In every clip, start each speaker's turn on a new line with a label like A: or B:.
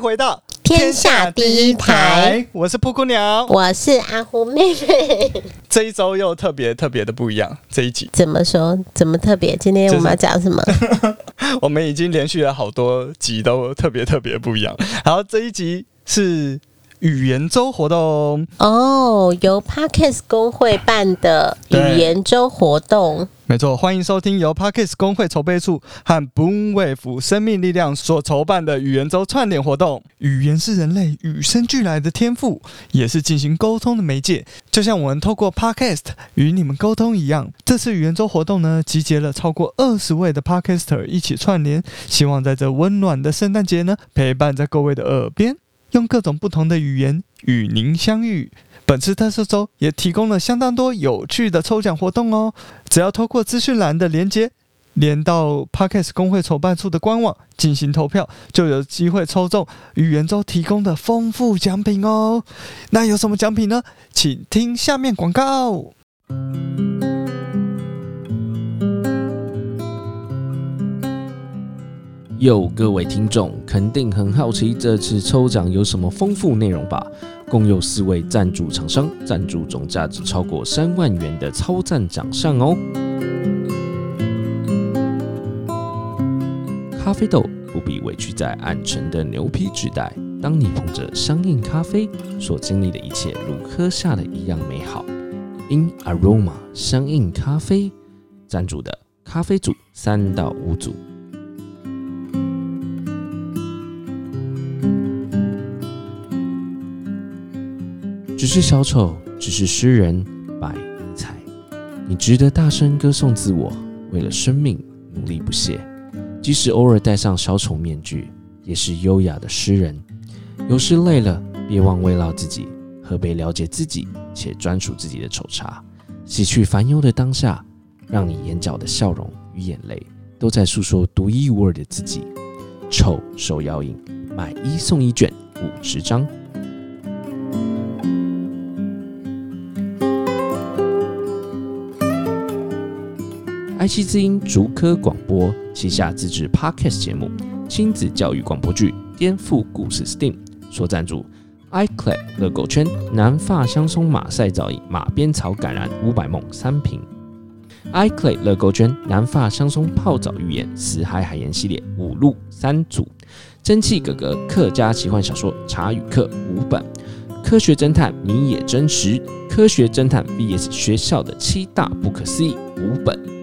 A: 回到
B: 天下第一台，
A: 我是布谷鸟。
B: 我是阿虎妹妹。
A: 这一周又特别特别的不一样，这一集
B: 怎么说？怎么特别？今天我们要讲什么？
A: 我们已经连续了好多集都特别特别不一样。然后这一集是语言周活动，
B: 哦，由 Parkes 工会办的语
A: 对
B: 言周活动。
A: 没错，欢迎收听由 Parkes 工会筹备处和 Boomwave 生命力量所筹办的语言周串联活动。语言是人类与生俱来的天赋，也是进行沟通的媒介，就像我们透过 Podcast 与你们沟通一样。这次语言周活动呢，集结了超过二十位的 Podcaster 一起串联，希望在这温暖的圣诞节呢，陪伴在各位的耳边，用各种不同的语言与您相遇。本次特色周也提供了相当多有趣的抽奖活动哦。只要透过资讯栏的连接连到 Parkes 工会筹办处的官网进行投票，就有机会抽中语言周提供的丰富奖品哦。那有什么奖品呢？请听下面广告。
C: 哟，各位听众肯定很好奇这次抽奖有什么丰富内容吧？共有四位赞助厂商，赞助总价值超过三万元的超赞奖项哦。咖啡豆不必委屈在暗沉的牛皮纸袋，当你捧着香艳咖啡，所经历的一切如喝下的一样美好。In Aroma 香应咖啡赞助的咖啡组三到五组。只是小丑，只是诗人，白尼采。你值得大声歌颂自我，为了生命努力不懈，即使偶尔戴上小丑面具，也是优雅的诗人。有时累了，别忘慰劳自己，喝杯了解自己且专属自己的丑茶，洗去烦忧的当下，让你眼角的笑容与眼泪都在诉说独一无二的自己。丑手摇饮，买一送一卷，五十张。iC 之音竹科广播旗下自制 Podcast 节目《亲子教育广播剧颠覆故事 STEAM》所赞助。iClay 乐狗圈南发香松马赛皂饮马鞭草橄榄五百梦三瓶。iClay 乐狗圈南发香松泡澡浴盐死海海盐系列五路三组。蒸汽哥哥客家奇幻小说《茶与客》五本。科学侦探米野真实，科学侦探 VS 学校的七大不可思议五本。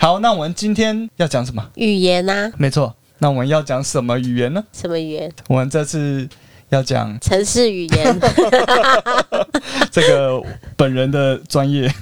A: 好，那我们今天要讲什么？
B: 语言啊，
A: 没错，那我们要讲什么语言呢？
B: 什么语言？
A: 我们这次要讲
B: 城市语言。
A: 这个本人的专 业。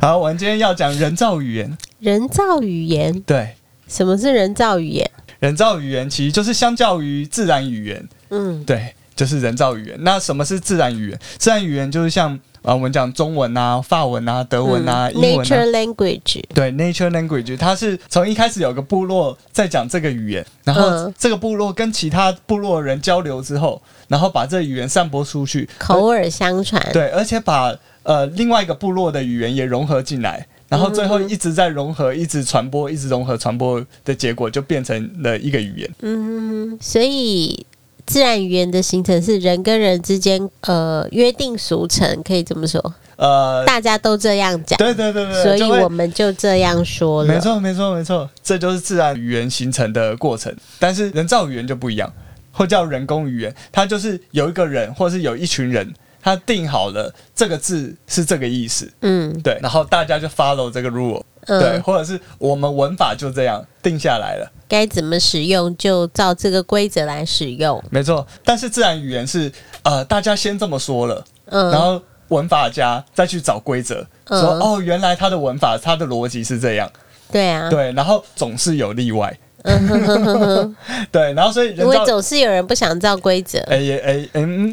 A: 好，我们今天要讲人造语言。
B: 人造语言？
A: 对，
B: 什么是人造语言？
A: 人造语言其实就是相较于自然语言，
B: 嗯，
A: 对，就是人造语言。那什么是自然语言？自然语言就是像啊、呃我们讲中文啊、法文啊、德文啊、
B: 嗯
A: 英文啊。
B: nature language。
A: 对，nature language，它是从一开始有个部落在讲这个语言，然后
B: 嗯
A: 这个部落跟其他部落人交流之后，然后把这语言散播出去，
B: 口耳相传，
A: 对，而且把呃另外一个部落的语言也融合进来，然后最后一直在融合，一直传播，一直融合传播的结果，就变成了一个语言。
B: 嗯，所以自然语言的形成是人跟人之间呃约定俗成，可以这么说，
A: 呃，
B: 大家都这样讲，
A: 对对对对，
B: 所
A: 就
B: 以
A: 会
B: 我们就这样说了。
A: 没错，没错，没错，这就是自然语言形成的过程。但是人造语言就不一样，或叫人工语言，它就是有一个人，或是有一群人，他定好了这个字是这个意思，
B: 嗯
A: 对，然后大家就 follow 这个 rule，、对，
B: 嗯，
A: 或者是我们文法就这样定下来了，
B: 该怎么使用就照这个规则来使用。
A: 没错。但是自然语言是呃，大家先这么说了，然
B: 嗯
A: 后文法家再去找规则，说哦
B: 嗯，
A: 哦，原来它的文法它的逻辑是这样，
B: 对啊，
A: 对，然后总是有例 外，
B: 嗯哼哼哼哼，
A: 对，然后所以
B: 因
A: 人
B: 为
A: 造。
B: 总是有人不想照规则，
A: 哎也哎嗯，嗯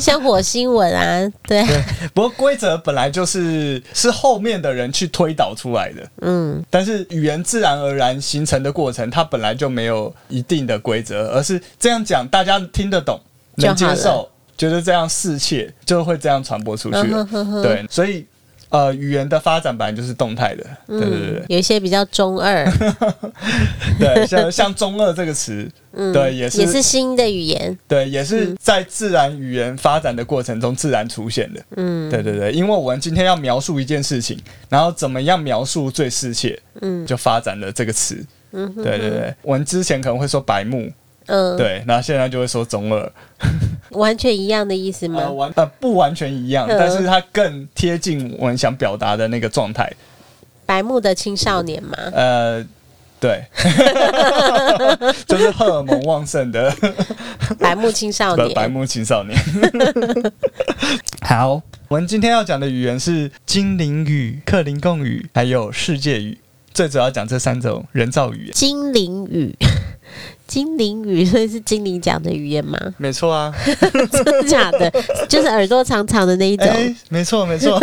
B: 像火星文啊， 对，
A: 不过规则本来就是是后面的人去推导出来的，
B: 嗯，
A: 但是语言自然而然形成的过程，它本来就没有一定的规则，而是这样讲大家听得懂、
B: 就
A: 能
B: 好
A: 接
B: 了
A: 受，觉得这样适切，就会这样传播出去
B: 嗯
A: 了。
B: 哼哼哼，
A: 对，所以呃，语言的发展本来就是动态的，对对对
B: 嗯，有一些比较中二，
A: 对， 对像像中二这个词，
B: 嗯，
A: 对也是
B: 也是新的语言，
A: 对，也是在自然语言发展的过程中自然出现的。
B: 嗯，
A: 对对对，因为我们今天要描述一件事情，然后怎么样描述最适切，
B: 嗯
A: 就发展了这个词。
B: 嗯哼
A: 对对对，我们之前可能会说白目，
B: 嗯，
A: 对，然后现在就会说中二，
B: 完全一样的意思吗
A: 呃，？完呃不完全一样，
B: 嗯
A: 但是它更贴近我们想表达的那个状态。
B: 白目的青少年嘛，
A: 呃，对， 就是荷尔蒙旺盛的
B: 白目青少
A: 白 白
B: 年，
A: 目青 少年。好，我们今天要讲的语言是精灵语、克林贡语，还有世界语。最主要讲这三种人造语言，
B: 精灵语， 精灵语，所以是精灵讲的语言吗？
A: 没错 啊，
B: 真的 假的？就是耳朵长长的那一种。
A: 哎、没错没 错。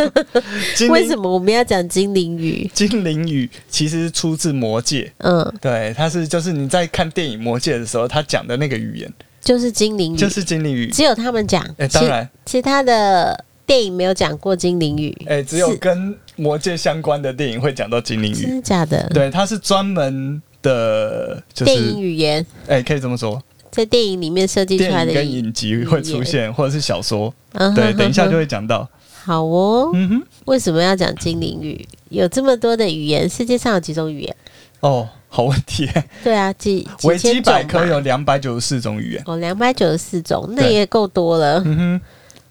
A: 精灵
B: 为什么我们要讲精灵语？
A: 精灵语其实出自《魔戒》，
B: 嗯，
A: 对，它是就是你在看电影《魔戒》的时候，他讲的那个语言
B: 就是嗯精灵语，
A: 就是精灵语。
B: 只有他们讲。
A: 哎、
B: 其
A: 当然，
B: 其他的电影没有讲过精灵语。
A: 哎、只有
B: 是
A: 跟《魔戒》相关的电影会讲到精灵
B: 真
A: 语，
B: 的假的？
A: 对，它是专门的，就
B: 电影
A: 是
B: 语言
A: 哎、可以这么说，
B: 在电影里面设计出
A: 电
B: 来
A: 影
B: 的
A: 跟
B: 语。
A: 影集会出现，或者是小说，
B: 嗯哼
A: 对，
B: 哼哼
A: 等一下就会讲到。
B: 好哦。
A: 嗯哼，
B: 为什么要讲精灵语？有这么多的语言，世界上有几种语言？
A: 哦，好问题，
B: 对啊，几几
A: 维基
B: 千种
A: 百科
B: 嘛
A: 有两百九十四种语言。
B: 哦，两百九十四种，那
A: 对
B: 也够多了。
A: 嗯哼，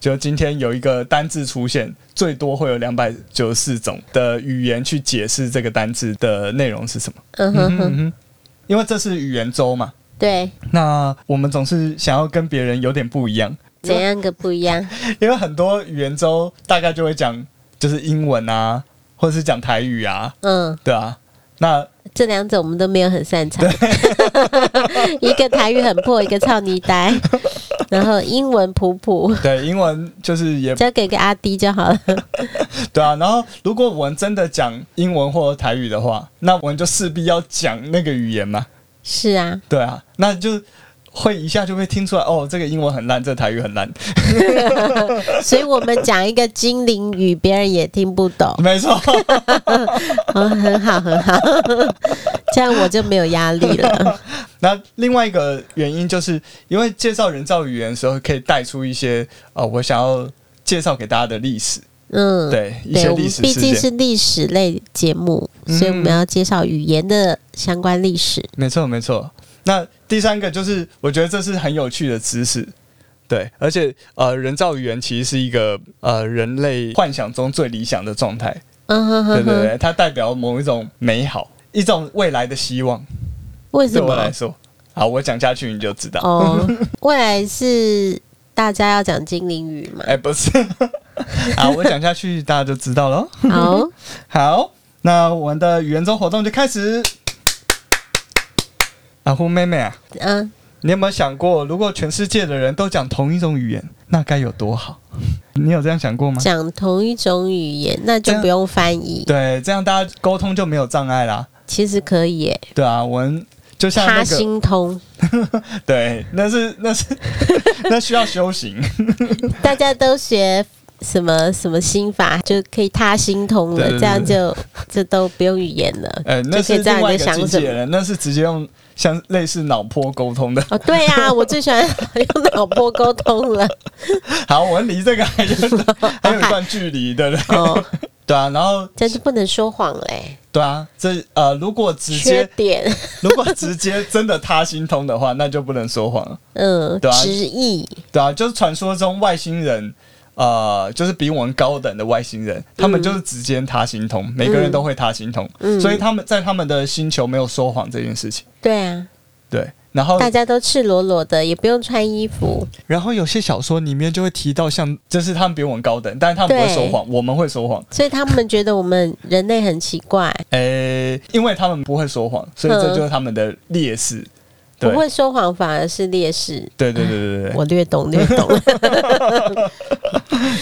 A: 就今天有一个单字出现，最多会有两百九十四种的语言去解释这个单字的内容是什么。
B: 嗯
A: 嗯
B: 哼
A: 哼嗯
B: 哼，
A: 哼，因为这是语言周嘛，
B: 对，
A: 那我们总是想要跟别人有点不一样，
B: 怎样个不一样？
A: 因为很多语言周大概就会讲就是英文啊，或是讲台语啊，
B: 嗯。
A: 对啊。那
B: 这两者我们都没有很擅长，一个台语很破，一个操泥呆，然后英文普普，
A: 对英文就是也
B: 交给个阿迪就好了。
A: 对啊，然后如果我们真的讲英文或台语的话，那我们就势必要讲那个语言嘛。
B: 是啊，
A: 对啊，那就会一下就会听出来哦，这个英文很烂，这个台语很烂，
B: 所以我们讲一个精灵语，别人也听不懂，
A: 没错，
B: 嗯，很好很好，这样我就没有压力 了。
A: 那另外一个原因就是因为介绍人造语言的时候，可以带出一些呃，我想要介绍给大家的历史，
B: 嗯，
A: 对一
B: 对，
A: 些
B: 我
A: 历
B: 们
A: 史
B: 毕
A: 事
B: 竟
A: 件，
B: 是历史类节目，
A: 嗯
B: 所以我们要介绍语言的相关历史。
A: 没错没错。那第三个就是我觉得这是很有趣的知识，对，而且呃，人造语言其实是一个呃人类幻想中最理想的状态，
B: 嗯哼
A: 对
B: 哼
A: 对
B: 哼，
A: 对，它代表某一种美好，一种未来的希望，
B: 为
A: 对
B: 什
A: 我来
B: 么？
A: 说。好，我讲下去你就知道。
B: 哦，未来是大家要讲精灵 语嘛？
A: 哎、不 是，好，我讲下去大家就知道了。
B: 好。
A: 好，那我们的语言周活动就开始。阿呼妹妹啊，
B: 嗯，
A: 你有没有想过，如果全世界的人都讲同一种语言，那该有多好？ 你有这样想过吗？
B: 讲同一种语言，那就不用翻译。
A: 对，这样大家沟通就没有障碍啦。
B: 其实可以耶，
A: 对啊，我们就像
B: 他
A: 那个，
B: 心通，
A: 对，那是那是 那需要修 行。
B: 大家都学什么什么心法，就可以他心通了，
A: 对对对
B: 这样就这都不用语言了。
A: 呃，那
B: 就可
A: 是
B: 以知道
A: 另外
B: 你
A: 一
B: 在
A: 个经
B: 想
A: 纪
B: 什么。
A: 人，那是直接用像类似脑波沟通的。
B: 哦，对啊，我最喜欢用脑波沟通了。
A: 好，我们离这个还 有还有一段距离，对不对？
B: 哦，
A: 对啊，然后
B: 这样就不能说谎嘞，
A: 对啊，这呃，如果直
B: 缺
A: 接
B: 点，
A: 如果直接真的他心通的话，那就不能说谎了，
B: 嗯，
A: 对啊
B: 直译，
A: 对啊，就是传说中外星人。呃，就是比我们高等的外星人，
B: 嗯
A: 他们就是直接他心通，每个人都会他心通，
B: 嗯
A: 所以他们在他们的星球没有说谎这件事情。
B: 对啊，
A: 对，然后
B: 大家都赤裸裸的，也不用穿衣服。
A: 然后有些小说里面就会提到像，就是他们比我们高等，但是他们不会说谎，我们会说谎。
B: 所以他们觉得我们人类很奇怪，
A: 诶，因为他们不会说谎，所以这
B: 嗯
A: 就是他们的劣势。
B: 不
A: 对
B: 会说谎反而是劣势。
A: 对对对对对对，
B: 我略懂略懂，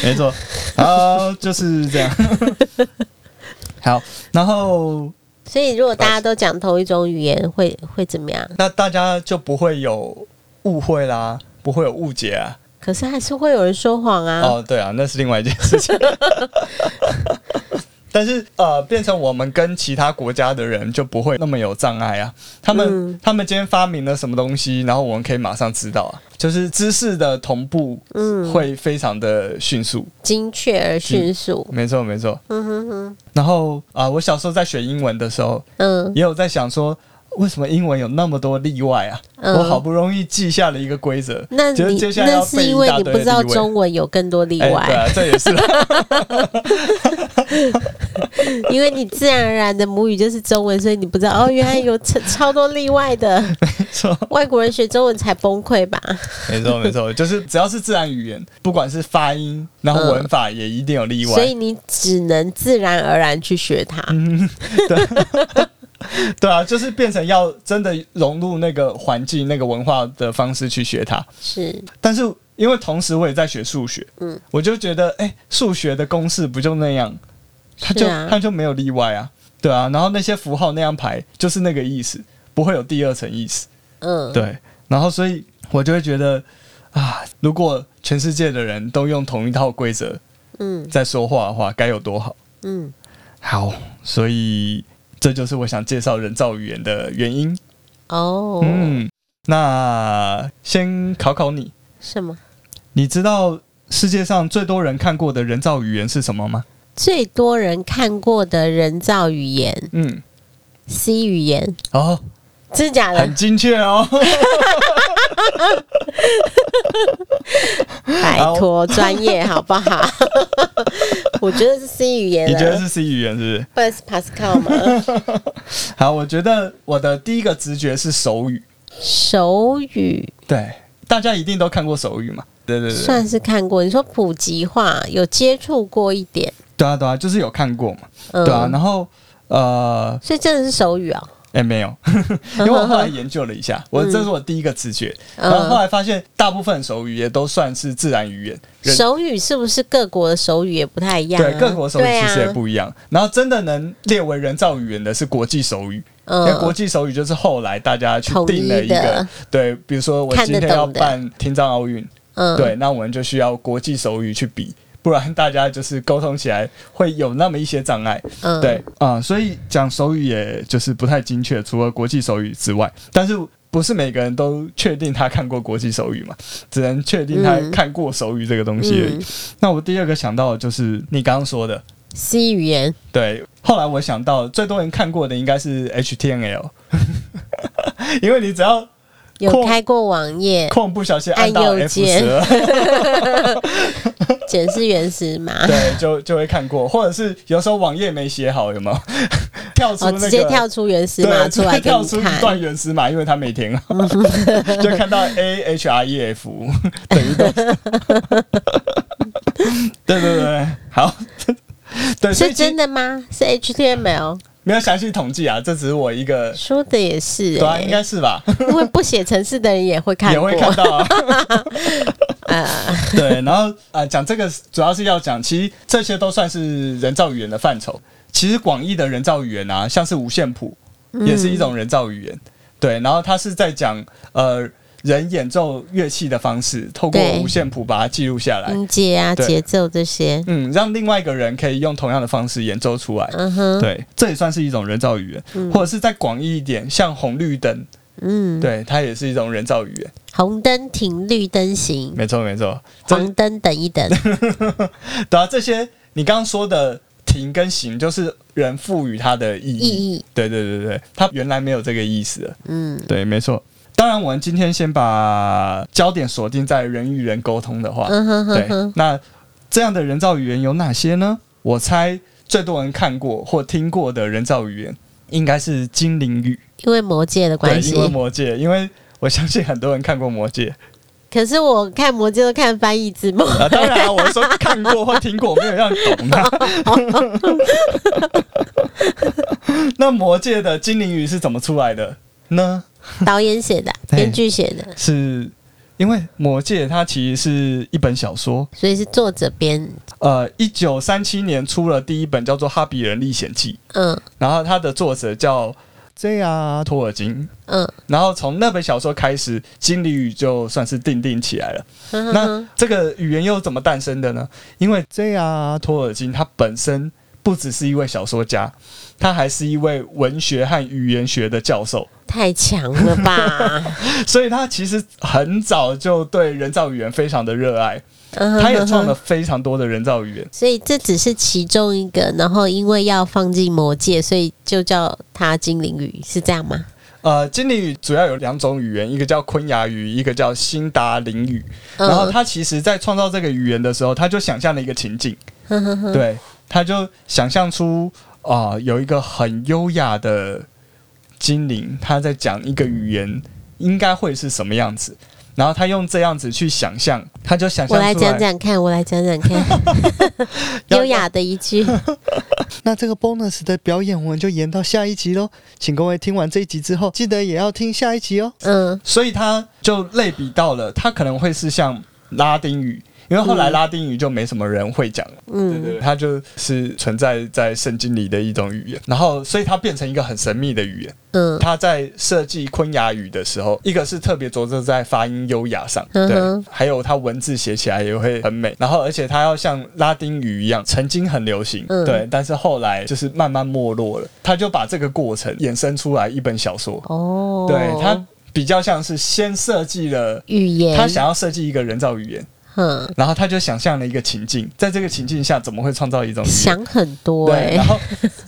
A: 没错，好，就是 这样。好，然后
B: 所以如果大家都讲同一种语言，会会怎么样？
A: 那大家就不会有误会啦，不会有误解啊。
B: 可是还是会有人说谎啊。
A: 哦，对啊，那是另外一件事 情。但是呃，变成我们跟其他国家的人就不会那么有障碍啊。他们、
B: 嗯
A: 他们今天发明了什么东西，然后我们可以马上知道啊。就是知识的同步
B: 嗯，
A: 会非常的迅速。
B: 精确而迅速。
A: 没错，没错。
B: 嗯哼哼，
A: 然后啊、呃我小时候在学英文的时候，
B: 嗯
A: 也有在想说，为什么英文有那么多例外啊？
B: 嗯。
A: 我好不容易记下了一个规则，
B: 那
A: 觉得
B: 你
A: 接下来要
B: 那
A: 背
B: 是因
A: 一
B: 为
A: 大
B: 你
A: 堆
B: 不知道
A: 例外
B: 中文有更多例
A: 哎、对
B: 外，
A: 啊，这也是
B: 因为你自然而然的母语就是中文，所以你不知道哦，原来有超超多例外的。
A: 没错。
B: 外国人学中文才崩溃吧？
A: 没错，没错，就是只要是自然语言，不管是发音，然后
B: 嗯
A: 文法也一定有例外。嗯
B: 所以你只能自然而然去学它。
A: 对啊，就是变成要真的融入那个环境、那个文化的方式去学它。
B: 是，
A: 但是因为同时我也在学数学，
B: 嗯
A: 我就觉得，哎、数学的公式不就那样，它
B: 是
A: 就、
B: 啊
A: 它就没有例外啊，对啊。然后那些符号那样排，就是那个意思，不会有第二层意思。
B: 嗯，
A: 对，然后所以我就会觉得，啊，如果全世界的人都用同一套规则
B: 嗯
A: 在说话的话，该有多好。
B: 嗯，
A: 好，所以这就是我想介绍人造语言的原因。
B: 哦，
A: 嗯，那先考考你，
B: 什么？
A: 你知道世界上最多人看过的人造语言是什么吗？
B: 最多人看过的人造语言
A: 嗯，
B: C 语言，
A: 哦，
B: 真假的
A: 很？精确哦。
B: 拜托，专业好不 好？我觉得是 C 语言
A: 你
B: 了，
A: 觉得是 C 语言是不
B: 不然是 Pascal 吗？
A: 是？好，我觉得我的第一个直觉是手语。
B: 手语
A: 对，大家一定都看过手语嘛？对对对，
B: 算是看过，你说普及化有接触过一点，
A: 对啊对啊，就是有看过嘛？
B: 嗯，
A: 对啊，然后呃，
B: 所以真的是手语哦，
A: 哎、没 有，因为我后来研究了一下，我这是我第一个直觉，然后后
B: 嗯，
A: 来发现，大部分手语也都算是自然语言，人
B: 手语是不是各国的手语也不太一样啊？
A: 对各国手语
B: 对
A: 其
B: 啊
A: 实也不一样。然后真的能列为人造语言的是国际手语，因为国
B: 嗯，
A: 际手语就是后来大家去
B: 统
A: 定了
B: 一
A: 一个
B: 的，
A: 对，比如说我
B: 看
A: 今
B: 得
A: 天要
B: 懂的
A: 办听障奥运，
B: 嗯，
A: 对，那我们就需要国际手语去比。不然大家就是沟通起来会有那么一些障碍，
B: 嗯，
A: 对啊、所以讲手语也就是不太精确，除了国际手语之外，但是不是每个人都确定他看过国际手语嘛？只能确定他
B: 嗯
A: 看过手语这个东西而已。
B: 嗯
A: 那我第二个想到的就是你刚刚说的，
B: ，C 语言
A: 对。后来我想到最多人看过的应该是 HTML，因为你只要
B: 有
A: 扩
B: 开过网页，
A: 空不小心按到
B: 哎按右
A: F
B: 键
A: 十二，
B: 简是原始码，
A: 对，就就会看过，或者是有时候网页没写好，有没有 跳出
B: 哦，
A: 那个、
B: 直接跳出原始码
A: 对，
B: 出来给
A: 跳
B: 你
A: 出一
B: 看，
A: 段原始码，因为他没填好， 就看到 A H R E F 等于多少。对对对，好，对，所以其实
B: 是真的吗？是 HTML
A: 没有详细统计啊，这只是我一个，
B: 说的也是、
A: 对啊，应
B: 欸，
A: 该是吧，
B: 因为不写程式的人也会看
A: 也
B: 过，
A: 会看到啊。
B: 呃，
A: 对，然后啊，讲、这个主要是要讲，其实这些都算是人造语言的范畴。其实广义的人造语言啊，像是五线谱，也是一种人造语言。对，然后它是在讲呃人演奏乐器的方式，透过
B: 对
A: 五线谱把它记录下来，
B: 音阶啊、
A: 对
B: 节奏这些，
A: 嗯，让另外一个人可以用同样的方式演奏出来。
B: 嗯哼，
A: 对，这也算是一种人造语言，
B: 嗯
A: 或者是再广义一点，像红绿灯，
B: 嗯，
A: 对，它也是一种人造语言。
B: 红灯停，绿灯行，
A: 没错，没错，这
B: 黄灯等 一等，
A: 对啊，这些你刚刚说的停跟行，就是人赋予它的意义。
B: 意义，
A: 对对对对，它原来没有这个意思的。
B: 嗯，
A: 对，没错。当然，我们今天先把焦点锁定在人与人沟通的话，
B: 嗯哼哼
A: 对
B: 哼，，
A: 那这样的人造语言有哪些呢？我猜最多人看过或听过的人造语言应该是精灵语，
B: 因为魔界的
A: 对，
B: 关系
A: 因为，魔界，因为。我相信很多人看过《魔戒》
B: 可是我看《魔戒》都看翻译 字幕，
A: 啊，当然、啊、我说看过或听过，我没有让你懂啊。 那《魔戒》的精灵语是怎么出来的呢？
B: 导演写的，
A: 对
B: 编剧写的，
A: 是因为《魔戒》它其实是一本小说，
B: 所以是作者编。
A: 呃，一九三七年出了第一本叫做《哈比人历险记
B: 嗯》，
A: 然后它的作者叫 J.R. 托尔金，
B: 嗯，
A: 然后从那本小说开始，精灵语就算是定定起来了。
B: 嗯哼哼
A: 那
B: 哼
A: 这个语言又怎么诞生的呢？因为 J.R. 托尔金他本身不只是一位小说家，他还是一位文学和语言学的教授，
B: 太强了 吧！
A: 所以他其实很早就对人造语言非常的热爱，
B: 嗯哼
A: 他也
B: 哼
A: 创
B: 哼
A: 了非常多的人造语言。
B: 所以这只是其中一个，然后因为要放进魔界，所以就叫它精灵语，是这样吗？
A: 呃，精灵语主要有两种语言，一个叫昆雅语，一个叫辛达林语。
B: 嗯
A: 然后他其实在创造这个语言的时候，他就想象了一个情境，
B: 呵呵呵
A: 对，他就想象出啊、有一个很优雅的精灵，他在讲一个语言应该会是什么样子，然后他用这样子去想象，他就想象
B: 我来
A: 出
B: 讲讲看，我来讲讲看，
A: 要
B: 优雅的一句，
A: 那这个 bonus 的表演我们就延到下一集喽，请各位听完这一集之后，记得也要听下一集哦。
B: 嗯
A: 所以他就类比到了，他可能会是像拉丁语，因为后来拉丁语就没什么人会讲了。对对
B: 嗯
A: 对，它就是存在在圣经里的一种语言，然后所以它变成一个很神秘的语言。
B: 嗯
A: 他在设计昆雅语的时候，一个是特别着重在发音优雅上，
B: 嗯
A: 对
B: 哼，
A: 还有它文字写起来也会很美。然后，而且它要像拉丁语一样，曾经很流行，
B: 嗯
A: 对，但是后来就是慢慢没落了。他就把这个过程衍生出来一本小说，
B: 哦，
A: 对，它比较像是先设计了。
B: 语言，
A: 他想要设计一个人造语言，
B: 嗯
A: 然后他就想象了一个情境，在这个情境下怎么会创造一种语言？
B: 想很多
A: 对，
B: 哎、
A: 然后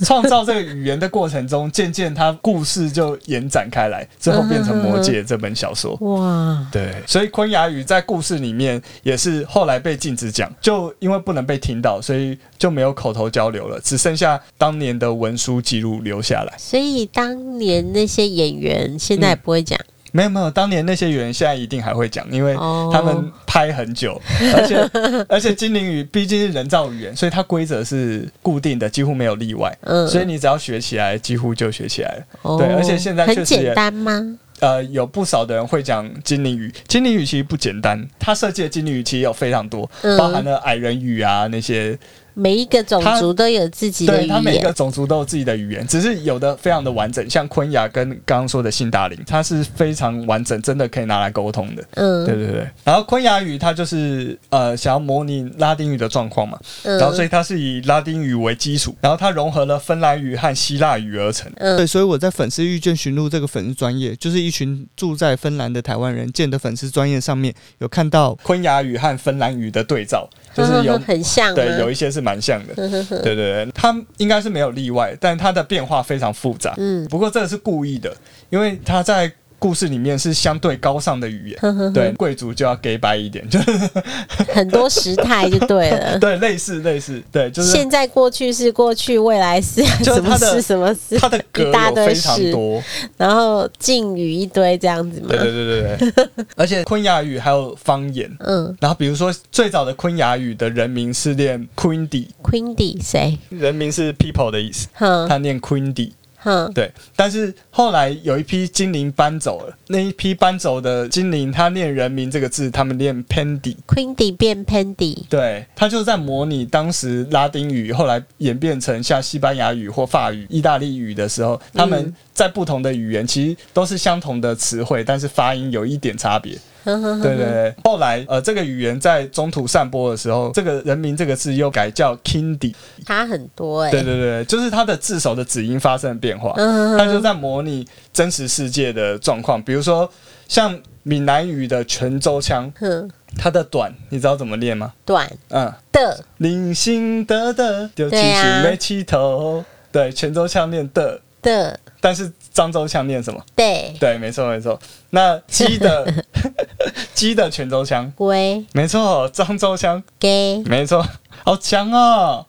A: 创造这个语言的过程中，渐渐它故事就延展开来，最后变成《魔戒》这本小
B: 嗯
A: 说。
B: 哇，
A: 对，所以昆雅语在故事里面也是后来被禁止讲，就因为不能被听到，所以就没有口头交流了，只剩下当年的文书记录留下来。
B: 所以当年那些演员现
A: 嗯
B: 在也不会讲、
A: 没有没有，当年那些人现在一定还会讲，因为
B: 哦，
A: 他们拍很久，而且而且精灵语毕竟是人造语言，所以它规则是固定的，几乎没有例外。
B: 嗯
A: 所以你只要学起来，几乎就学起来了。
B: 哦
A: 对而且现在确实
B: 很简单吗？
A: 呃，有不少的人会讲精灵语，精灵语其实不简单，它设计的精灵语其实有非常多，包含
B: 嗯，
A: 了矮人语啊那些，
B: 每一个种
A: 它
B: 族都有自己的
A: 对，
B: 语
A: 它每
B: 言
A: 个，种族都有自己的语言，只是有的非常的完整，像昆雅跟刚刚说的辛达林，它是非常完整，真的可以拿来沟通的。对
B: 嗯
A: 对对，然后昆雅语它就是呃想要模拟拉丁语的状况嘛，
B: 嗯，
A: 然后所以它是以拉丁语为基础，然后它融合了芬兰语和希腊语而成。
B: 嗯
A: 对，所以我在粉丝遇见寻路这个粉丝专业，就是一群住在芬兰的台湾人建的粉丝专业上面，有看到昆雅语和芬兰语的对 照，就是有
B: 很像吗，啊
A: 对有一些是蛮像的，对对对，它应该是没有例外，但它的变化非常复杂。
B: 嗯
A: 不过这个是故意的，因为它在故事里面是相对高尚的语言，
B: 嗯
A: 对贵族就要 gay 白一点，就是
B: 很多时态就对了。
A: 对类似类似，对 就是
B: 现在、过去是过去，未来是
A: 就是
B: 什
A: 它
B: 么
A: 的
B: 是什么是，
A: 它的格
B: 一大
A: 有
B: 堆
A: 非常
B: 事
A: 多。
B: 然后敬语一堆这样子嘛
A: 对。对对对对， 而且昆雅语还有方言。
B: 嗯
A: 然后比如说最早的昆雅语的人名是念 Quindi，
B: ，Quindy 谁？
A: 人名是 people 的意思，
B: 哼
A: 他念 Quindi。
B: 哼，
A: 对，但是后来有一批精灵搬走了，那一批搬走的精灵，他念人名这个字，他们念 Pendi。
B: ，Quindy 变 Pandy，
A: 对，他就在模拟当时拉丁语后来演变成像西班牙语或法语、意大利语的时候，他们
B: 嗯
A: 在不同的语言其实都是相同的词汇，但是发音有一点差别。
B: 哼哼
A: 对
B: 哼
A: 对
B: 哼，
A: 对，后来呃，这个语言在中途散播的时候，这个人名这个字又改叫 Kindi。
B: 差很多哎、
A: 对对对，就是它的字首的子音发生了变化，
B: 嗯，
A: 它就
B: 嗯，
A: 在模拟真实世界的状况。比如说像闽南语的泉州腔，
B: 哼，
A: 它的短你知道怎么念吗？
B: 短
A: 嗯，
B: 的，
A: 零星的的丢七
B: 对
A: 星
B: 啊
A: 没七头。对，泉州腔念的，
B: 的，
A: 但是漳州腔念什么？
B: 对，
A: 对，没错没错。那鸡的 鸡的泉州腔，
B: 龟，
A: 没错，漳州腔
B: 给，
A: 啊没错，好强哦！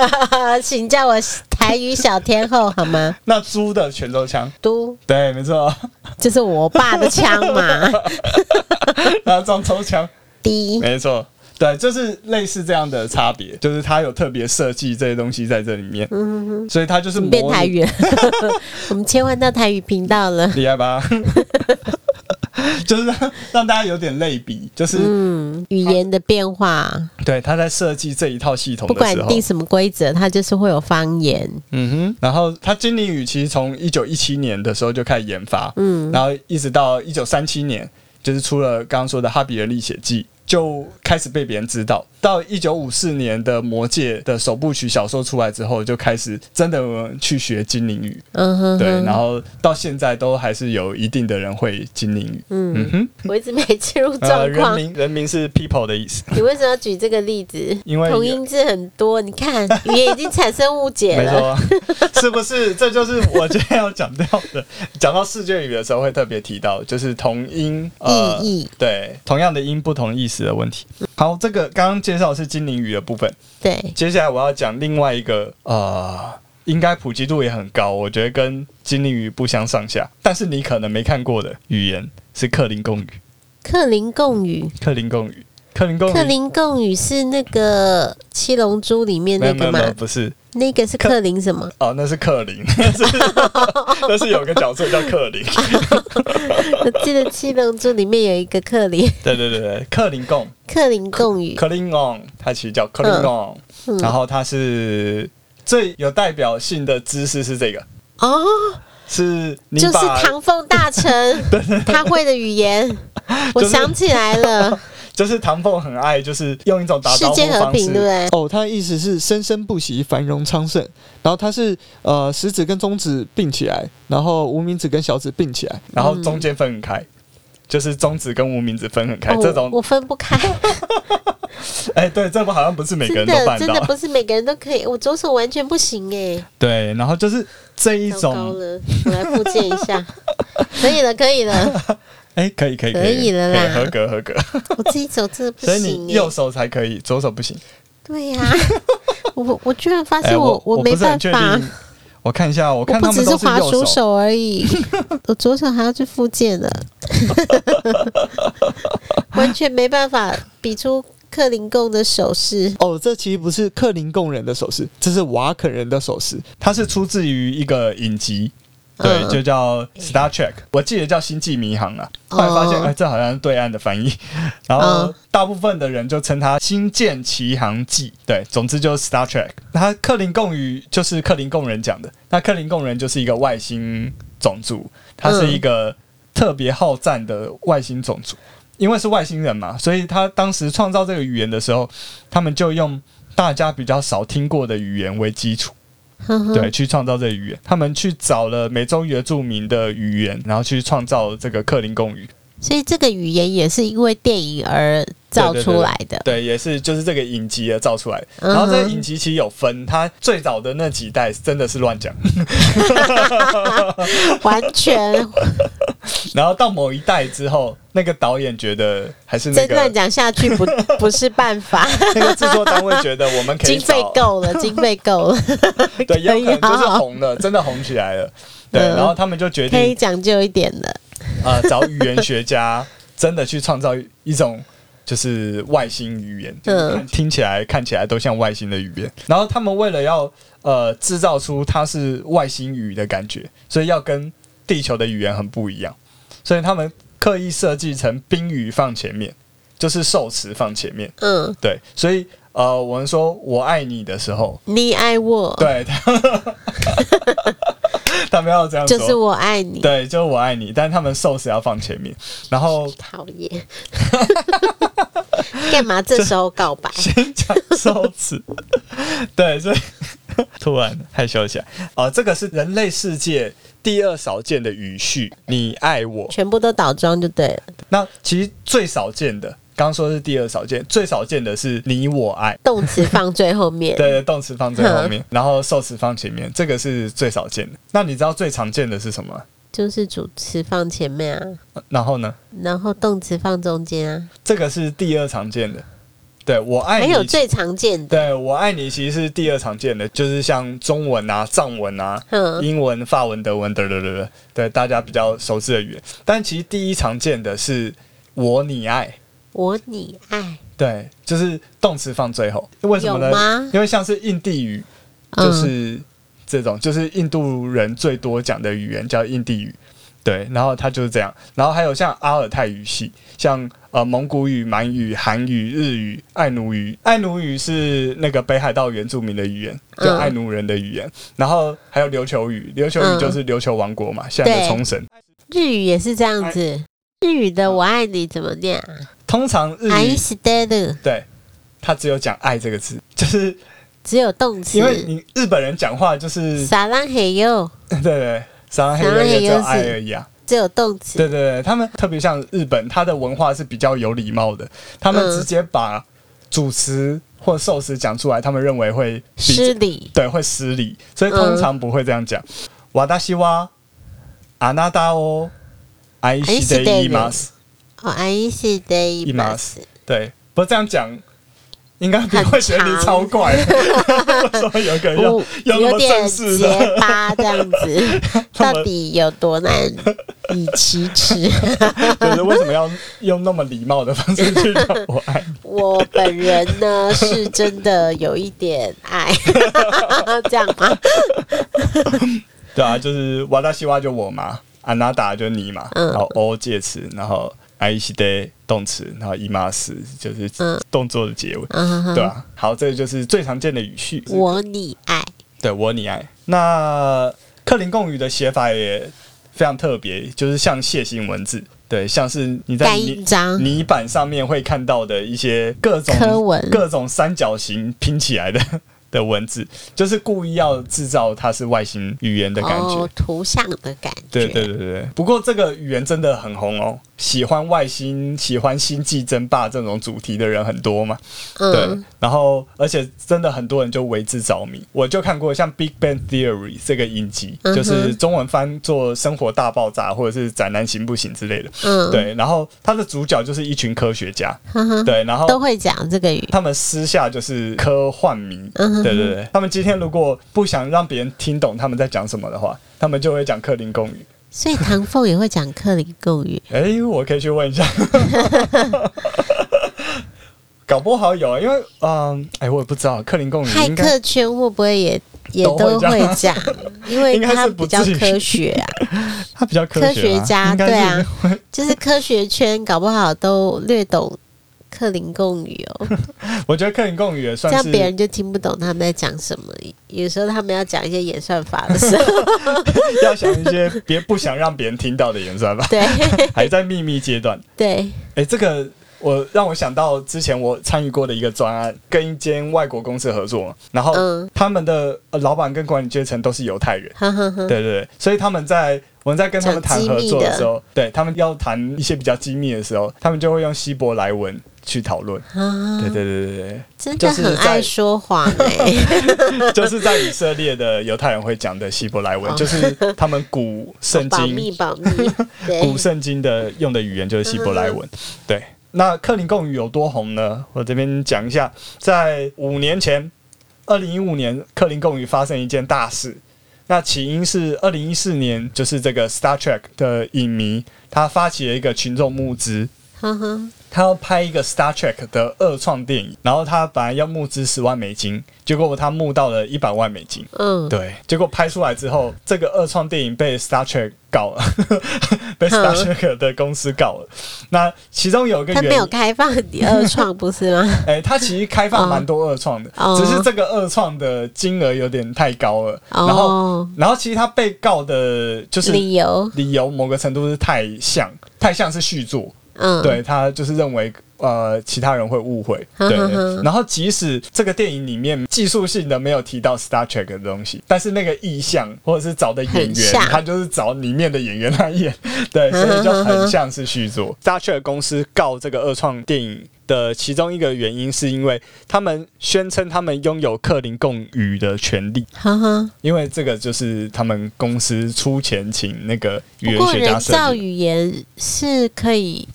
B: 请叫我台语小天后好吗？
A: 那猪的泉州腔，
B: 嘟，
A: 对，没错。
B: 就是我爸的枪嘛。
A: 然后漳州腔，
B: 滴，
A: 没错。对，就是类似这样的差别，就是它有特别设计这些东西在这里面，所以它就是模
B: 嗯变
A: 拟
B: 台 语了，我们切换到台语频道了。
A: 厉害吧？ 就是让让大家有点类比，就是、
B: 嗯，语言的变化，
A: 对他在设计这一套系统
B: 不
A: 的
B: 管
A: 时候
B: 定，什么规则，它就是会有方言。
A: 嗯哼，然后他精灵语其实从一九一七年的时候就开始研发，
B: 嗯，
A: 然后一直到一九三七年，就是出了刚刚说的《哈比人历险记》，就开始被别人知道。到一九五四年的《魔戒》的首部曲小说出来之后，就开始真的有人去学精灵语，
B: 嗯哼哼，
A: 对，然后到现在都还是有一定的人会精灵语。嗯
B: 嗯，
A: 哼，
B: 我一直没进入
A: 呃，
B: 状
A: 人
B: 况。
A: 民人民是 people 的意思，
B: 你为什么要举这个例子？
A: 因为
B: 同音字很多，你看语言已经产生误解
A: 没
B: 了。
A: 错，是不是？这就是我今天要讲到的。讲到世界语的时候，会特别提到，就是同音、呃、
B: 意义
A: 对同样的音不同意思的问题。好，这个刚刚介绍的是精灵语的部分，
B: 对，
A: 接下来我要讲另外一个呃，应该普及度也很高，我觉得跟精灵语不相上下，但是你可能没看过的语言是克林贡语。
B: 克林贡语，
A: 克林贡语，克林贡
B: 克
A: 语。
B: 林贡语是那个《七龙珠》里面
A: 没
B: 那
A: 有没
B: 个
A: 有
B: 吗
A: 没？有，不是
B: 那个是
A: 克
B: 克林 什么？
A: 哦，那是克林，那是 那是有个角色叫克林，
B: 我记得《七龙珠》里面有一个克林，
A: 对对对对，克林贡，
B: 克林贡语。
A: 克林贡，它其实叫克林贡，
B: 嗯
A: 然后它是最有代表性的知识是这个，
B: 哦，
A: 是你
B: 就是
A: 把
B: 唐凤大臣 他会的语言，我
A: 就是
B: 想起来了，
A: 就是唐凤很爱，就是用一种 打
B: 世
A: 招呼
B: 界和
A: 方
B: 平，对不
A: 式。
B: 对？
A: 哦，它的意思是生生不息、繁荣昌盛。然后它是呃食指跟中指并起来，然后无名指跟小指并起来，然后中间分很开，就是中指跟无名指分很开。
B: 嗯哦
A: 这种
B: 我分不开，
A: 哎、对，这不好像不 是每个
B: 真
A: 人都
B: 的
A: 办
B: 真
A: 到
B: 的。不是每个人都可以，我左手完全不行哎。
A: 对，然后就是这一
B: 糟糕
A: 种，
B: 了，我来复健一 下。可以了，可以了，
A: 哎、可以可以
B: 可
A: 以
B: 以了啦
A: 合格合格。
B: 我自己走真的不
A: 所以
B: 行欸
A: 你
B: 耶、
A: 右手才可以，左手不行。
B: 对呀、 我我居然发
A: 哎、
B: 现我、
A: 我
B: 没
A: 不是很
B: 办
A: 确
B: 法
A: 定，。我看一下，我
B: 我
A: 看
B: 不
A: 他
B: 只
A: 们都
B: 滑鼠
A: 右。
B: 手而 已，我左手还要去复健了，完全没办法比出克林贡的手势。
A: 哦，这其实不是克林贡人的手势，这是瓦肯人的手势。它是出自于一个影集，对，
B: 嗯
A: 就叫 Star Trek，我记得叫《星际迷航》啊。后来发现，哎、
B: 哦
A: 这好像是对岸的翻 译。然后
B: 嗯
A: 大部分的人就称它《星舰奇航记》。对，总之就是 Star Trek。它克林贡语就是克林贡人讲的。那克林贡人就是一个外星种族，它是一个特别好战的外星种族。因为是外星人嘛，所以他当时创造这个语言的时候，他们就用大家比较少听过的语言为基础，
B: 哼哼
A: 对，去创造这个语言。他们去找了美洲原住民的语言，然后去创造这个克林贡语。
B: 所以这个语言也是因为电影而造出来的。
A: 对，也是就是这个影集而造出来的。
B: 嗯
A: 然后这个影集其实有分，它最早的那几代真的是乱讲，
B: 完全
A: 然后到某一代之后，那个导演觉得还是那
B: 再乱
A: 个
B: 讲下去不不是办法，
A: 那个制作单位觉得我们 可以
B: 经费
A: 找
B: 够了，经费够了。
A: 对，也有可能就是
B: 可以啊
A: 红了，真的红起来了。对，
B: 嗯
A: 然后他们就决
B: 可以
A: 定
B: 讲究一点的。
A: 呃找语言学家，真的去创造一种就是外星语言，就是看听起来看起来都像外星的语言。然后他们为了要呃制造出它是外星语的感觉，所以要跟地球的语言很不一样，所以他们刻意设计成宾语放前面，就是受词放前面。
B: 嗯，
A: 对，所以呃我们说我爱你的时候，
B: 你爱我，
A: 对，他 他们要这样说，
B: 就是我爱你。
A: 对，就是我爱你，但是他们寿司要放前面。然 后
B: 讨厌，干嘛这时候告白？
A: 先讲寿 司，对，所以突然害羞起来。哦、这个是人类世界第二少见的语序，你爱我。
B: 全部都倒装就对了，
A: 那其实最少见的，刚刚说是第二少见，最少见的是你我爱。
B: 动词放最后面。
A: 对，动词放最后 面，然后受词放前面，这个是最少见的。那你知道最常见的是什么吗？
B: 就是主词放前面啊，
A: 然后呢？
B: 然后动词放中间啊。
A: 这个是第二常见的，对我爱
B: 还
A: 你，
B: 有最常见的，
A: 对我爱你其实是第二常见的，就是像中文啊、藏文啊、
B: 嗯，
A: 英文、法文、德文，对对对对，对大家比较熟知的语言。但其实第一常见的是我你爱，
B: 我你爱，
A: 对，就是动词放最后，为什么呢
B: 有吗？
A: 因为像是印地语，就
B: 嗯，
A: 是这种，就是印度人最多讲的语言叫印地语，对，然后它就是这样，然后还有像阿尔泰语系，像呃蒙古语、满语、韩语、日语、爱奴语，爱奴语是那个北海道原住民的语言，就
B: 嗯
A: 爱奴人的语言，然后还有琉球语，琉球语就是琉球王国嘛，现在的
B: 对
A: 冲绳。
B: 日语也是这样子。日语的“我爱你”怎么念啊
A: 通常日
B: ？I
A: 语
B: stay 的，
A: 对，它只有讲爱这个字，就是
B: 只有动词
A: 因。为你日本人讲话就是
B: 撒浪嘿哟，
A: 对对对，上海人也只有爱而已啊。
B: 只有动词。
A: 对对对，他们特别像日本，它的文化是比较有礼貌的，他们
B: 嗯
A: 直接把主词或寿司讲出来，他们认为会比
B: 失礼，
A: 对会失礼，所以通常不会这样讲。瓦达西哇，阿那达哦，爱西的
B: 爱して
A: 伊
B: る
A: 马斯，
B: 哦，I stay
A: いま
B: mas，
A: 对，不过这样讲。应该不会觉得你
B: 很长
A: 超怪， 为什么有一个人要
B: 哦
A: 要那
B: 有
A: 么
B: 点
A: 正式
B: 结
A: 的？
B: 巴这样子，
A: 那么
B: 到底有多难以启齿？
A: 就是为什么要用那么礼貌的方式去让我爱你？
B: 我本人呢是真的有一点爱， 这样吗？
A: 啊对啊，就是瓦达西瓦就我嘛，啊安娜达就你嘛，
B: 嗯
A: 然后欧介词，然后啊埃西德动词，然后伊马斯就是
B: 嗯
A: 动作的结尾，
B: 嗯哼
A: 对啊，好，这就是最常见的语序。
B: 我你爱，
A: 对我你爱。那克林贡语的写法也非常特别，就是像楔形文字，对，像是你在
B: 盖印
A: 泥
B: 章
A: 泥板上面会看到的一些各种
B: 科文
A: 各种三角形拼起来的 的文字，就是故意要制造它是外星语言的感觉。
B: 哦，图像的感觉，
A: 对对对对，不过这个语言真的很红哦，喜欢外星、喜欢星际争霸这种主题的人很多嘛。对
B: 嗯，，
A: 然后而且真的很多人就为之着迷。我就看过像《Big Bang Theory》这个影集，
B: 嗯
A: 就
B: 哼
A: 是中文翻做《生活大爆炸》或者是《宅男行不行》之类的。
B: 嗯，
A: 对，然后它的主角就是一群科学家，
B: 呵呵，
A: 对，然后
B: 都会讲这个语，
A: 他们私下就是科幻迷。
B: 嗯哼，
A: 对对对，他们今天如果不想让别人听懂他们在讲什么的话，他们就会讲克林贡语。
B: 所以唐凤也会讲克林贡 语，
A: 哎、我可以去问一下， 搞不好有，因为嗯，哎、我也不知道克林贡语应
B: 骇
A: 该
B: 客圈会不会也也
A: 都会
B: 都会讲？因为
A: 应该
B: 它
A: 是不
B: 比较
A: 至于
B: 科学啊，
A: 它比较科
B: 科
A: 学,、
B: 学家
A: 应该
B: 对啊
A: 是
B: 就是科学圈搞不好都略懂克林贡语哦。
A: 我觉得克林贡语也
B: 这
A: 算
B: 样
A: 是
B: 别人就听不懂他们在讲什么。有时候他们要讲一些演算法 的时候，，
A: 要想一些别不想让别人听到的演算吧
B: 对
A: 还在秘密阶段。
B: 对，
A: 哎、这个我让我想到之前我参与过的一个专案，跟一间外国公司合作嘛，然后
B: 嗯
A: 他们的呃老板跟管理阶层都是犹太人。
B: 哈哈哈。
A: 对对对，所以他们在我们在跟他们谈合作的时候，对他们要谈一些比较机密的时候，他们就会用希伯来文去讨论。
B: 啊
A: 对，对对对
B: 真的
A: 就是
B: 很
A: 在
B: 爱说谎 哎、
A: 对，就是在以色列的犹太人会讲的希伯来文，
B: 哦
A: 就是他们古圣
B: 保
A: 经
B: 密保密， 对，
A: 古圣经的用的语言就是希伯来文。对，那克林贡语有多红呢？我这边讲一下，在五年前，二零一五年，克林贡语发生一件大事。那起因是二零一四年，就是这个 Star Trek 的影迷，他发起了一个群众募资，
B: 哈哈，
A: 他要拍一个 Star Trek 的二创电影，然后他本来要募资十万美金，结果他募到了一百万美金。
B: 嗯，
A: 对，结果拍出来之后，这个二创电影被 Star Trek 告了， 被 Star Trek 的公司告了。那其中有一个
B: 他没
A: 原
B: 有
A: 因，
B: 开放第二创不是吗？
A: 哎、它其实开放蛮多二创的，
B: 哦
A: 只是这个二创的金额有点太高了。然后，
B: 哦，
A: 然后其实他被告的 就是
B: 理由，
A: 理由，某个程度是太像，太像是续作。
B: 嗯，
A: 对他就是认为呃其他人会误会，
B: 哼
A: 对
B: 哼哼。
A: 然后即使这个电影里面技术性的没有提到 Star Trek 的东西，但是那个意象或者是找的演
B: 很
A: 员，
B: 像
A: 他就是找里面的演员来演，对，所以就很像是续作。Star Trek 公司告这个二创电影。的其中一个原因是因为他们宣称他们拥有克林贡语的权利，
B: 哈哈。
A: 因为这个就是他们公司出钱请那个语
B: 不
A: 言
B: 过
A: 学家
B: 人
A: 设计的
B: 造语言是可以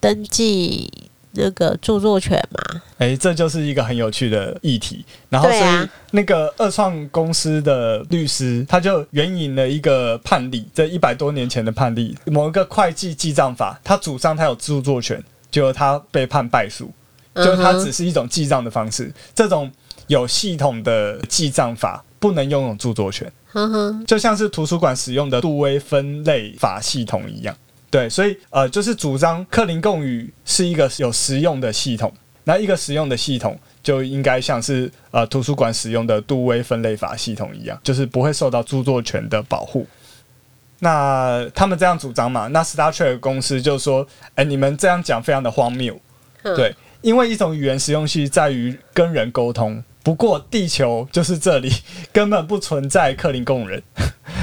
B: 登记那个著作权嘛。
A: 哎、这就是一个很有趣的议题。然后，所
B: 对啊
A: 以那个二创公司的律师，他就援引了一个判例，这一百多年前的判例，某一个会计记账法，他主张他有著作权，结果他被判败诉，就是它
B: 嗯哼
A: 只是一种记账的方式。这种有系统的记账法不能拥有著作权。
B: 哼嗯哼，
A: 就像是图书馆使用的杜威分类法系统一样。对，所以呃，就是主张克林贡语是一个有实用的系统，那一个实用的系统就应该像是呃图书馆使用的杜威分类法系统一样，就是不会受到著作权的保护。那他们这样主张嘛，那 Star Trek 公司就说：“哎、你们这样讲非常的荒谬。”
B: 嗯
A: 对，因为一种语言实用性在于跟人沟通。不过地球就是这里，根本不存在克林贡人，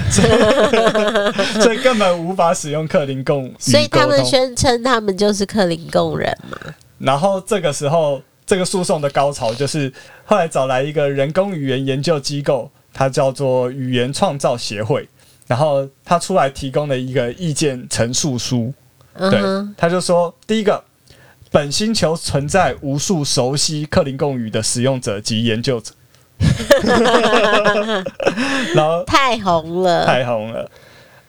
A: 所以 所以根本无法使用克林贡语沟通。
B: 所以他们宣称他们就是克林贡人嘛。
A: 然后这个时候，这个诉讼的高潮就是后来找来一个人工语言研究机构，它叫做语言创造协会，然后它出来提供了一个意见陈述书，
B: 嗯
A: 对
B: 哼，，
A: 他就说第一个，本星球存在无数熟悉克林贡语的使用者及研究 者，然后
B: 太红了。
A: 太红了。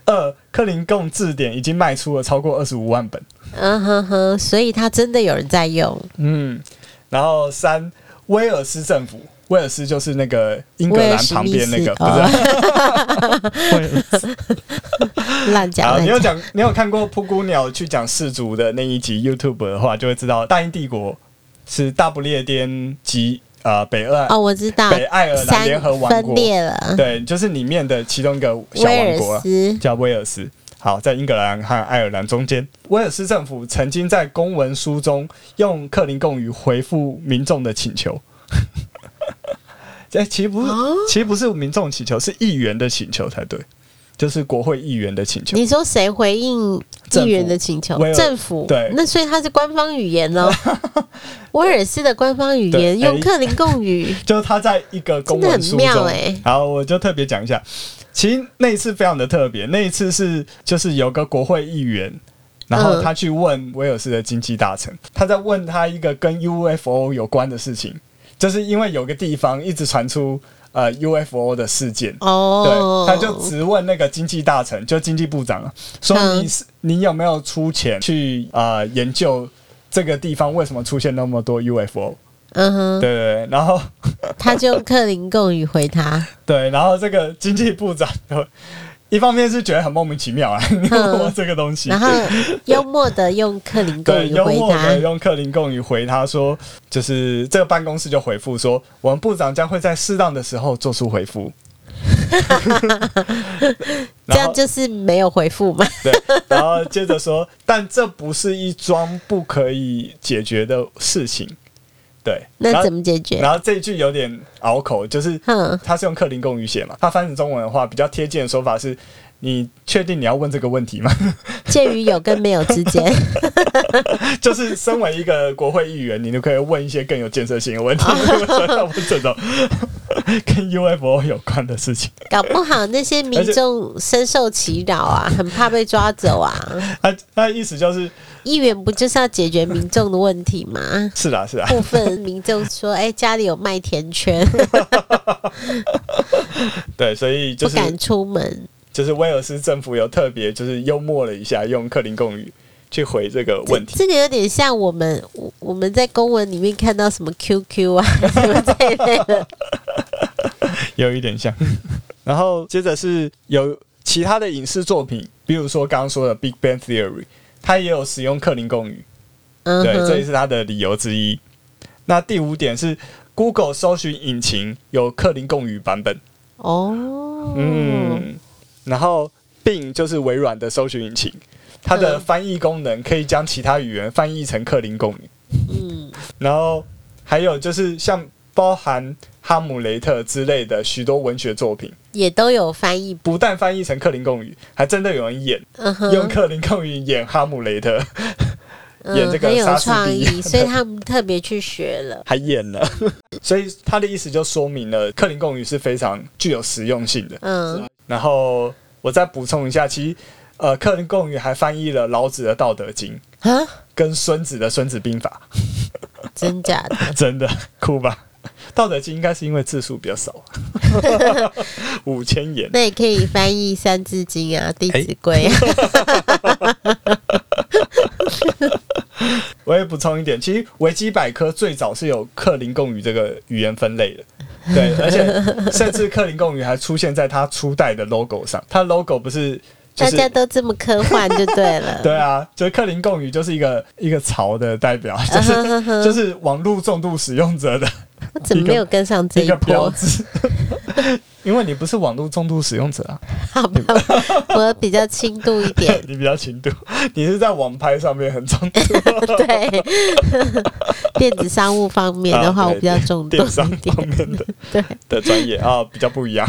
A: 二，克林贡字典已经卖出了超过二十五万本。
B: 嗯哼哼，所以他真的有人 在用。
A: 嗯，然后三，威尔斯政府，威尔斯就是那个英格
B: 威尔
A: 兰
B: 史
A: 旁
B: 密
A: 边
B: 斯
A: 那个，不
B: 哦
A: 是？威尔斯
B: 乱讲
A: 好，
B: 乱
A: 你有
B: 讲。
A: 讲，你有看过《布谷鸟去讲氏族》的那一集 YouTube 的话，就会知道大英帝国是大不列颠及呃北爱、
B: 哦，我知道，
A: 北爱尔兰联
B: 三
A: 合王
B: 分
A: 国，
B: 裂了。
A: 对，就是里面的其中一个小
B: 威
A: 王
B: 尔
A: 国啊、
B: 斯，
A: 叫威尔斯。好，在英格兰和爱尔兰中间，威尔斯政府曾经在公文书中用克林贡语回复民众的请求。 哎、其实不是，
B: 哦
A: 其实不是民众请求，是议员的请求才对，就是国会议员的请求。
B: 你说谁回应
A: 政
B: 议
A: 府
B: 员的请求
A: 威？尔
B: 政府
A: 对
B: 那所以它是官方语言 哦。威尔斯的官方语
A: 对
B: 言用
A: 哎
B: 克林 贡语，
A: 就是他在一个公文书
B: 真的很
A: 中，
B: 妙欸
A: 好，我就特别讲一下。其实那一次非常的特别，那一次是就是有个国会议员，然后
B: 嗯
A: 他去问威尔士的经济大臣，他在问他一个跟 UFO 有关的事情，就是因为有个地方一直传出呃 UFO 的事件，
B: 哦
A: 对，，他就直问那个经济大臣，就经济部长啊，说
B: 嗯
A: 你是你有没有出钱去呃研究这个地方为什么出现那么多 UFO？
B: 嗯哼，
A: 对对对，然后。
B: 他就用克林贡语回 他，
A: 对，然后这个经济部长就一方面是觉得很莫名其妙 啊，你问我这个东西
B: 嗯然，后幽默的用克林贡
A: 对，
B: 语
A: 幽
B: 回
A: 默的
B: 他，
A: 用克林贡语回他说，就是这个办公室就回复说，我们部长将会在适当的时候做出回 复。
B: 这
A: 然
B: 样
A: 后
B: 就是没有回复嘛。
A: 对，然后接着说，但这不是一桩不可以解决的事情。对，然
B: 那
A: 后
B: 怎么解决？
A: 然后这一句有点拗口，就是
B: 哼，
A: 他是用克林贡语写嘛，他翻成中文的话，比较贴近的说法是：你确定你要问这个问题吗？
B: 介于有跟没有之间，
A: 就是身为一个国会议员，你就可以问一些更有建设性的问题，
B: 啊
A: 为什 么要问这种跟 UFO 有关的事情？
B: 搞不好那些民众深受其扰啊，很怕被抓走啊。
A: 他他的意思就是，
B: 议员不就是要解决民众的问题吗？
A: 是啦是啦，
B: 部分民众说：“哎、家里有麦田圈，
A: 对，所以就
B: 不
A: 是
B: 敢出门。
A: 就是威尔斯政府有特别就是幽默了一下，用克林贡语去回这个问题。
B: 这个有点像我们我我们在公文里面看到什么 QQ 啊什 么这一类的。
A: 有一点像。 然后接着是有其他的影视作品，比如说刚刚说的《Big Bang Theory》，它也有使用克林贡语，
B: 嗯
A: 对，这也
B: 哼，
A: 是它的理由之一。那第五点是 Google 搜寻引擎有克林贡语版本，
B: 哦，嗯，
A: 嗯，然后 Bing 就是微软的搜寻引擎，它的
B: 嗯
A: 翻译功能可以将其他语言翻译成克林贡语。
B: 嗯
A: 然后还有就是像包含《哈姆雷特》之类的许多文学作品，
B: 也都有翻译。
A: 不但翻译成克林贡语，还真的有人演、
B: 嗯
A: 用
B: 哼，
A: 克林贡语演哈姆雷特，演这
B: 嗯，
A: 个
B: 很有
A: 莎士
B: 创
A: 比
B: 意，
A: 亚
B: 所以他们特别去学了。
A: 还演了。 所以他的意思就说明了克林贡语是非常具有实用性的。
B: 嗯，
A: 然后我再补充一下，其实呃，克林贡语还翻译了老子的《道德经》，
B: 啊，
A: 跟孙子的《孙子兵法
B: 真假的？》，
A: 真 的酷吧？道德经应该是因为字数比较 少，五千言。
B: 那也可以翻译《三字经》啊，《弟子规》
A: 哎
B: 啊，
A: 我也补充一点，其实维基百科最早是有克林贡语这个语言分类的， 对，而且甚至克林贡语还出现在它初代的 logo 上，它 logo 不是就
B: 大
A: 是
B: 家都这么科幻就对了。
A: 对啊，就是克林贡语就是一个一个潮的代 表，就是就是网络重度使用者的
B: 我怎么没有跟上这
A: 一个标
B: 波？
A: 志。 因为你不是网络重度使用者啊，。
B: 好吧，我比较轻度一点
A: 你比较轻度，你是在网拍上面很重度，
B: 对， 电子商务方面的话，
A: 啊对
B: 我比较重度
A: 电商
B: 一
A: 方
B: 点。
A: 面的
B: 对，
A: 的专业啊，比较不一样。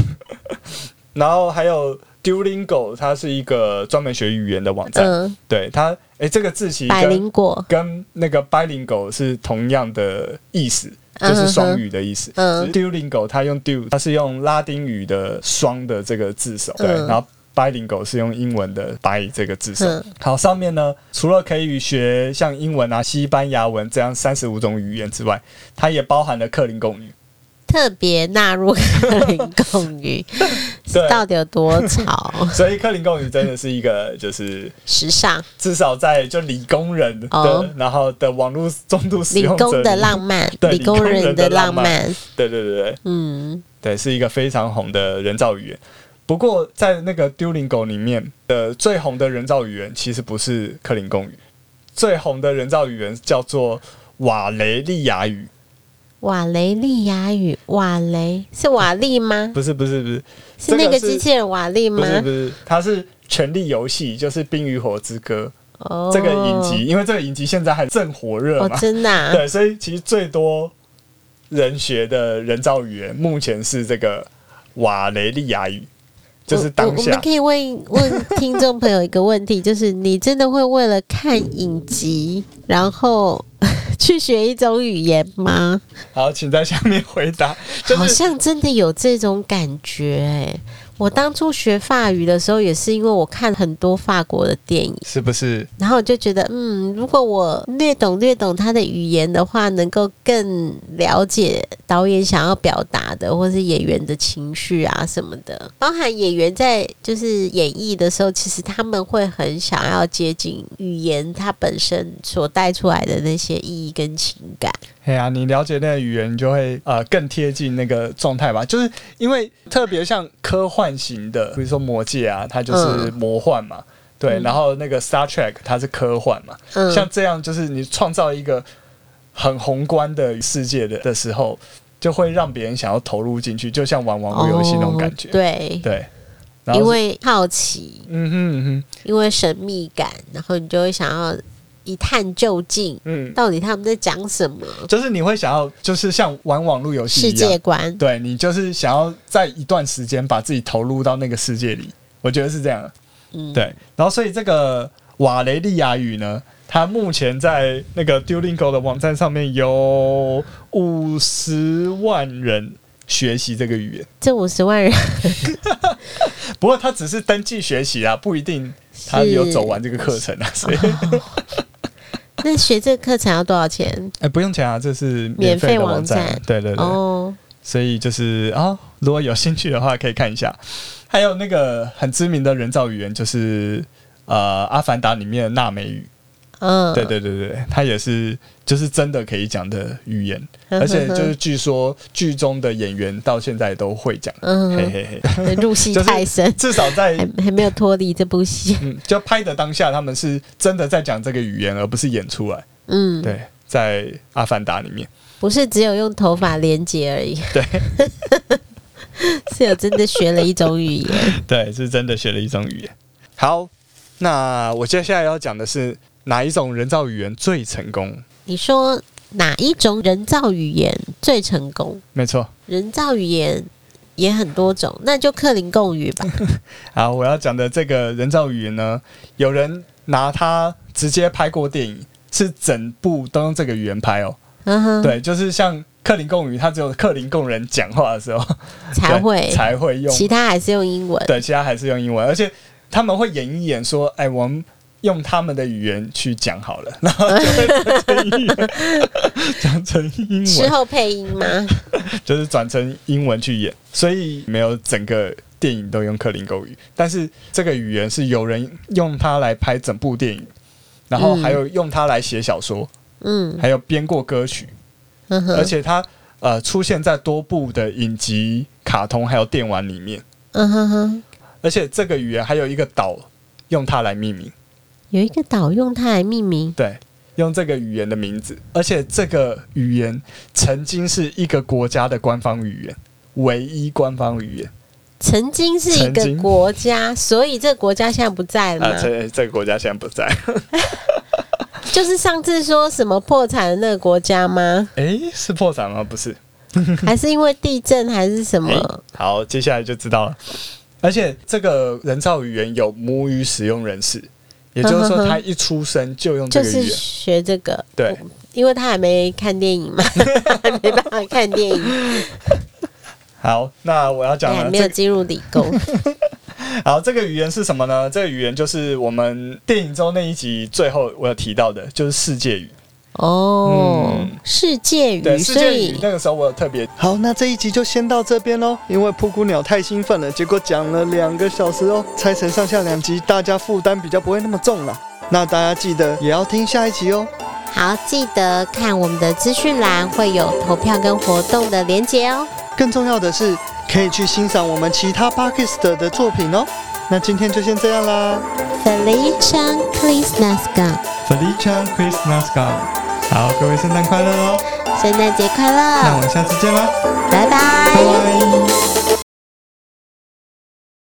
A: 然后还有 Duolingo，它是一个专门学语言的网站，
B: 嗯，
A: 对它，诶，这个字其实
B: 百
A: 跟
B: 灵果，
A: 跟那个 bilingual 是同样的意思，
B: 嗯
A: 就是双语的意思。
B: 嗯
A: 只是 Duolingo 它用 du，它是用拉丁语的“双”的这个字首，对，
B: 嗯
A: 然后。bilingual 是用英文的 “bi” 这个字首。
B: 嗯
A: 好，上面呢，除了可以学像英文啊、西班牙文这样三十五种语言之外，它也包含了克林贡语。
B: 特别纳入克 林贡语，
A: 对，
B: 到底有多潮？
A: 所以克林贡语真的是一个，就是
B: 时尚，
A: 至少在就理工人的，
B: 哦
A: 然后的网络中度 使
B: 理
A: 用者
B: 工的
A: 里
B: 浪漫，
A: 对
B: 理工
A: 理工人
B: 人
A: 的
B: 的
A: 浪
B: 浪
A: 漫
B: 漫，
A: 对对对对
B: 嗯，
A: 对，是一个非常红的人造语言。不过在那个 Duolingo 里面的最红的人造语言其实不是克林贡语，最红的人造语言叫做瓦雷利亚语，
B: 瓦雷利亚语，瓦雷是瓦力吗？
A: 不是不是不是
B: 是那
A: 这个
B: 个
A: 是
B: 机器人瓦力吗
A: 不？是不是，它是《权力游戏》，就是《冰与火之歌》
B: 哦，
A: 这个影集，因为这个影集现在还正火热
B: 哦
A: 嘛，，
B: 真的啊
A: 对，所以其实最多人学的人造语言，目前是这个瓦雷利亚语，就是
B: 我
A: 当
B: 我我
A: 下
B: 们可以问问听众朋友一个问题，就是你真的会为了看影集，然后 去学一种语言吗？
A: 好，请在下面回答。
B: 好
A: 就是
B: 像真的有这种感觉哎、我当初学法语的时候，也是因为我看很多法国的电影，
A: 是不是？
B: 然后我就觉得，嗯，如果我略懂略懂他的语言的话，能够更了解导演想要表达的，或是演员的情绪啊什么的。包含演员在就是演绎的时候，其实他们会很想要接近语言它本身所带出来的那些意义跟情感。
A: 哎呀、你了解那个语言，你就会呃更贴近那个状态吧。就是因为特别像科幻型的，比如说《魔戒》啊，它就是
B: 嗯
A: 魔幻嘛，对。然后那个《Star Trek》它是科幻嘛，
B: 嗯，
A: 像这样就是你创造一个很宏观的世界的的时候，就会让别人想要投入进去，就像玩网络游戏那种感觉。
B: 哦、对，
A: 对，然后
B: 因
A: 是
B: 为好奇，
A: 嗯哼嗯哼
B: 因为神秘感，然后你就会想要一探究竟，
A: 嗯，
B: 到底他们在讲什么。
A: 就是你会想要，就是像玩网络游戏
B: 世
A: 一样
B: 界， 观，
A: 对你就是想要在一段时间把自己投入到那个世界里，我觉得是这样。
B: 嗯，
A: 对，然后所以这个瓦雷利亚语呢，它目前在那个 Duolingo 的网站上面有五十万人学习这个语言，
B: 这五十万人
A: 不过它只是登记学习啊，不一定它
B: 是
A: 有走完这个课程啊，所以
B: 那学这个课程要多少钱？
A: 哎、不用钱啊，这是
B: 免
A: 费
B: 费
A: 的
B: 网
A: 网站，
B: 站
A: 对对对。
B: 哦，
A: 所以就是啊、如果有兴趣的话，可以看一下。还有那个很知名的人造语言，就是呃，《阿凡达》里面的纳美语。
B: 嗯，
A: 对对对对，它也是就是真的可以讲的语言，
B: 呵呵呵
A: 而且就是据说剧中的演员到现在都会讲。嘿
B: 嗯，
A: 嘿嘿，
B: 入戏
A: 就是
B: 太深，
A: 至少在
B: 还还没有脱离这部戏。
A: 嗯，就拍的当下，他们是真的在讲这个语言，而不是演出来。
B: 嗯，
A: 对，在《阿凡达》里面，
B: 不是只有用头发连接而已，
A: 对
B: 是有真的学了一种语言。
A: 对，是真的学了一种语言。好，那我接下来要讲的是哪一种人造语言最成功？
B: 你说哪一种人造语言最成功？
A: 没错，
B: 人造语言也很多种，那就克林贡语吧。
A: 好，我要讲的这个人造语言呢，有人拿它直接拍过电影，是整部都用这个语言拍哦。
B: 嗯哼，，
A: 对，就是像克林贡语，它只有克林贡人讲话的时候
B: 才
A: 对
B: 会，
A: 才会用，
B: 其他还是用英文。
A: 对，其他还是用英文，而且他们会演一演说，哎，我们用他们的语言去讲好了，然后就会转成英文，讲成英
B: 事
A: 文，
B: 后配音吗？
A: 就是转成英文去演，所以没有整个电影都用克林狗语，但是这个语言是有人用它来拍整部电影，然后还有用它来写小说，
B: 嗯，
A: 还有编过歌曲，
B: 嗯哼
A: 而且它呃出现在多部的影集、卡通还有电玩里面，
B: 嗯哼哼，
A: 而且这个语言还有一个岛用它来命名。
B: 有一个岛用它来命名，
A: 对，用这个语言的名字，而且这个语言曾经是一个国家的官方语言，唯一官方语言。
B: 曾经是一
A: 曾
B: 个
A: 经
B: 国家，所以这个国家现在不在了
A: 啊，
B: 嘛。
A: 这这个国家现在不在。
B: 就是上次说什么破产的那个国家 吗？
A: 诶，是破产吗？不是。
B: 还是因为地震还是什
A: 诶，
B: 么？
A: 好，接下来就知道了。而且这个人造语言有母语使用人士，也就是
B: 呵呵
A: 说
B: 呵
A: 他一出生就用这
B: 就
A: 个语
B: 是
A: 言。
B: 学这个，
A: 对，
B: 因为他还没看电影 嘛，还没办法看电影，
A: 好，那我要讲
B: 还
A: 了。
B: 没
A: 这
B: 有
A: 个
B: 进入理 工。
A: 好，这个语言是什么呢？这个语言就是我们电影中那一集最后我有提到的，就是世界语。
B: 哦，
A: 嗯
B: 世界
A: 对，
B: 语，
A: 世
B: 所
A: 界语
B: 以
A: 那个时候我有特别好，那这一集就先到这边喽，因为布谷鸟太兴奋了，结果讲了两个小时哦，拆成上下两集，大家负担比较不会那么重了。那大家记得也要听下一集哦。
B: 好记得看我们的资讯栏会有投票跟活动的连结哦。
A: 更重要的是，可以去欣赏我们其他 p a k i s t 的作品哦。那今天就先这样啦
B: Felicia Kristnaska，
A: ，Felicia Christmas g o 好，各位圣诞快乐哦！
B: 圣诞节快乐，
A: 们下次见啦，
B: 拜拜
A: 拜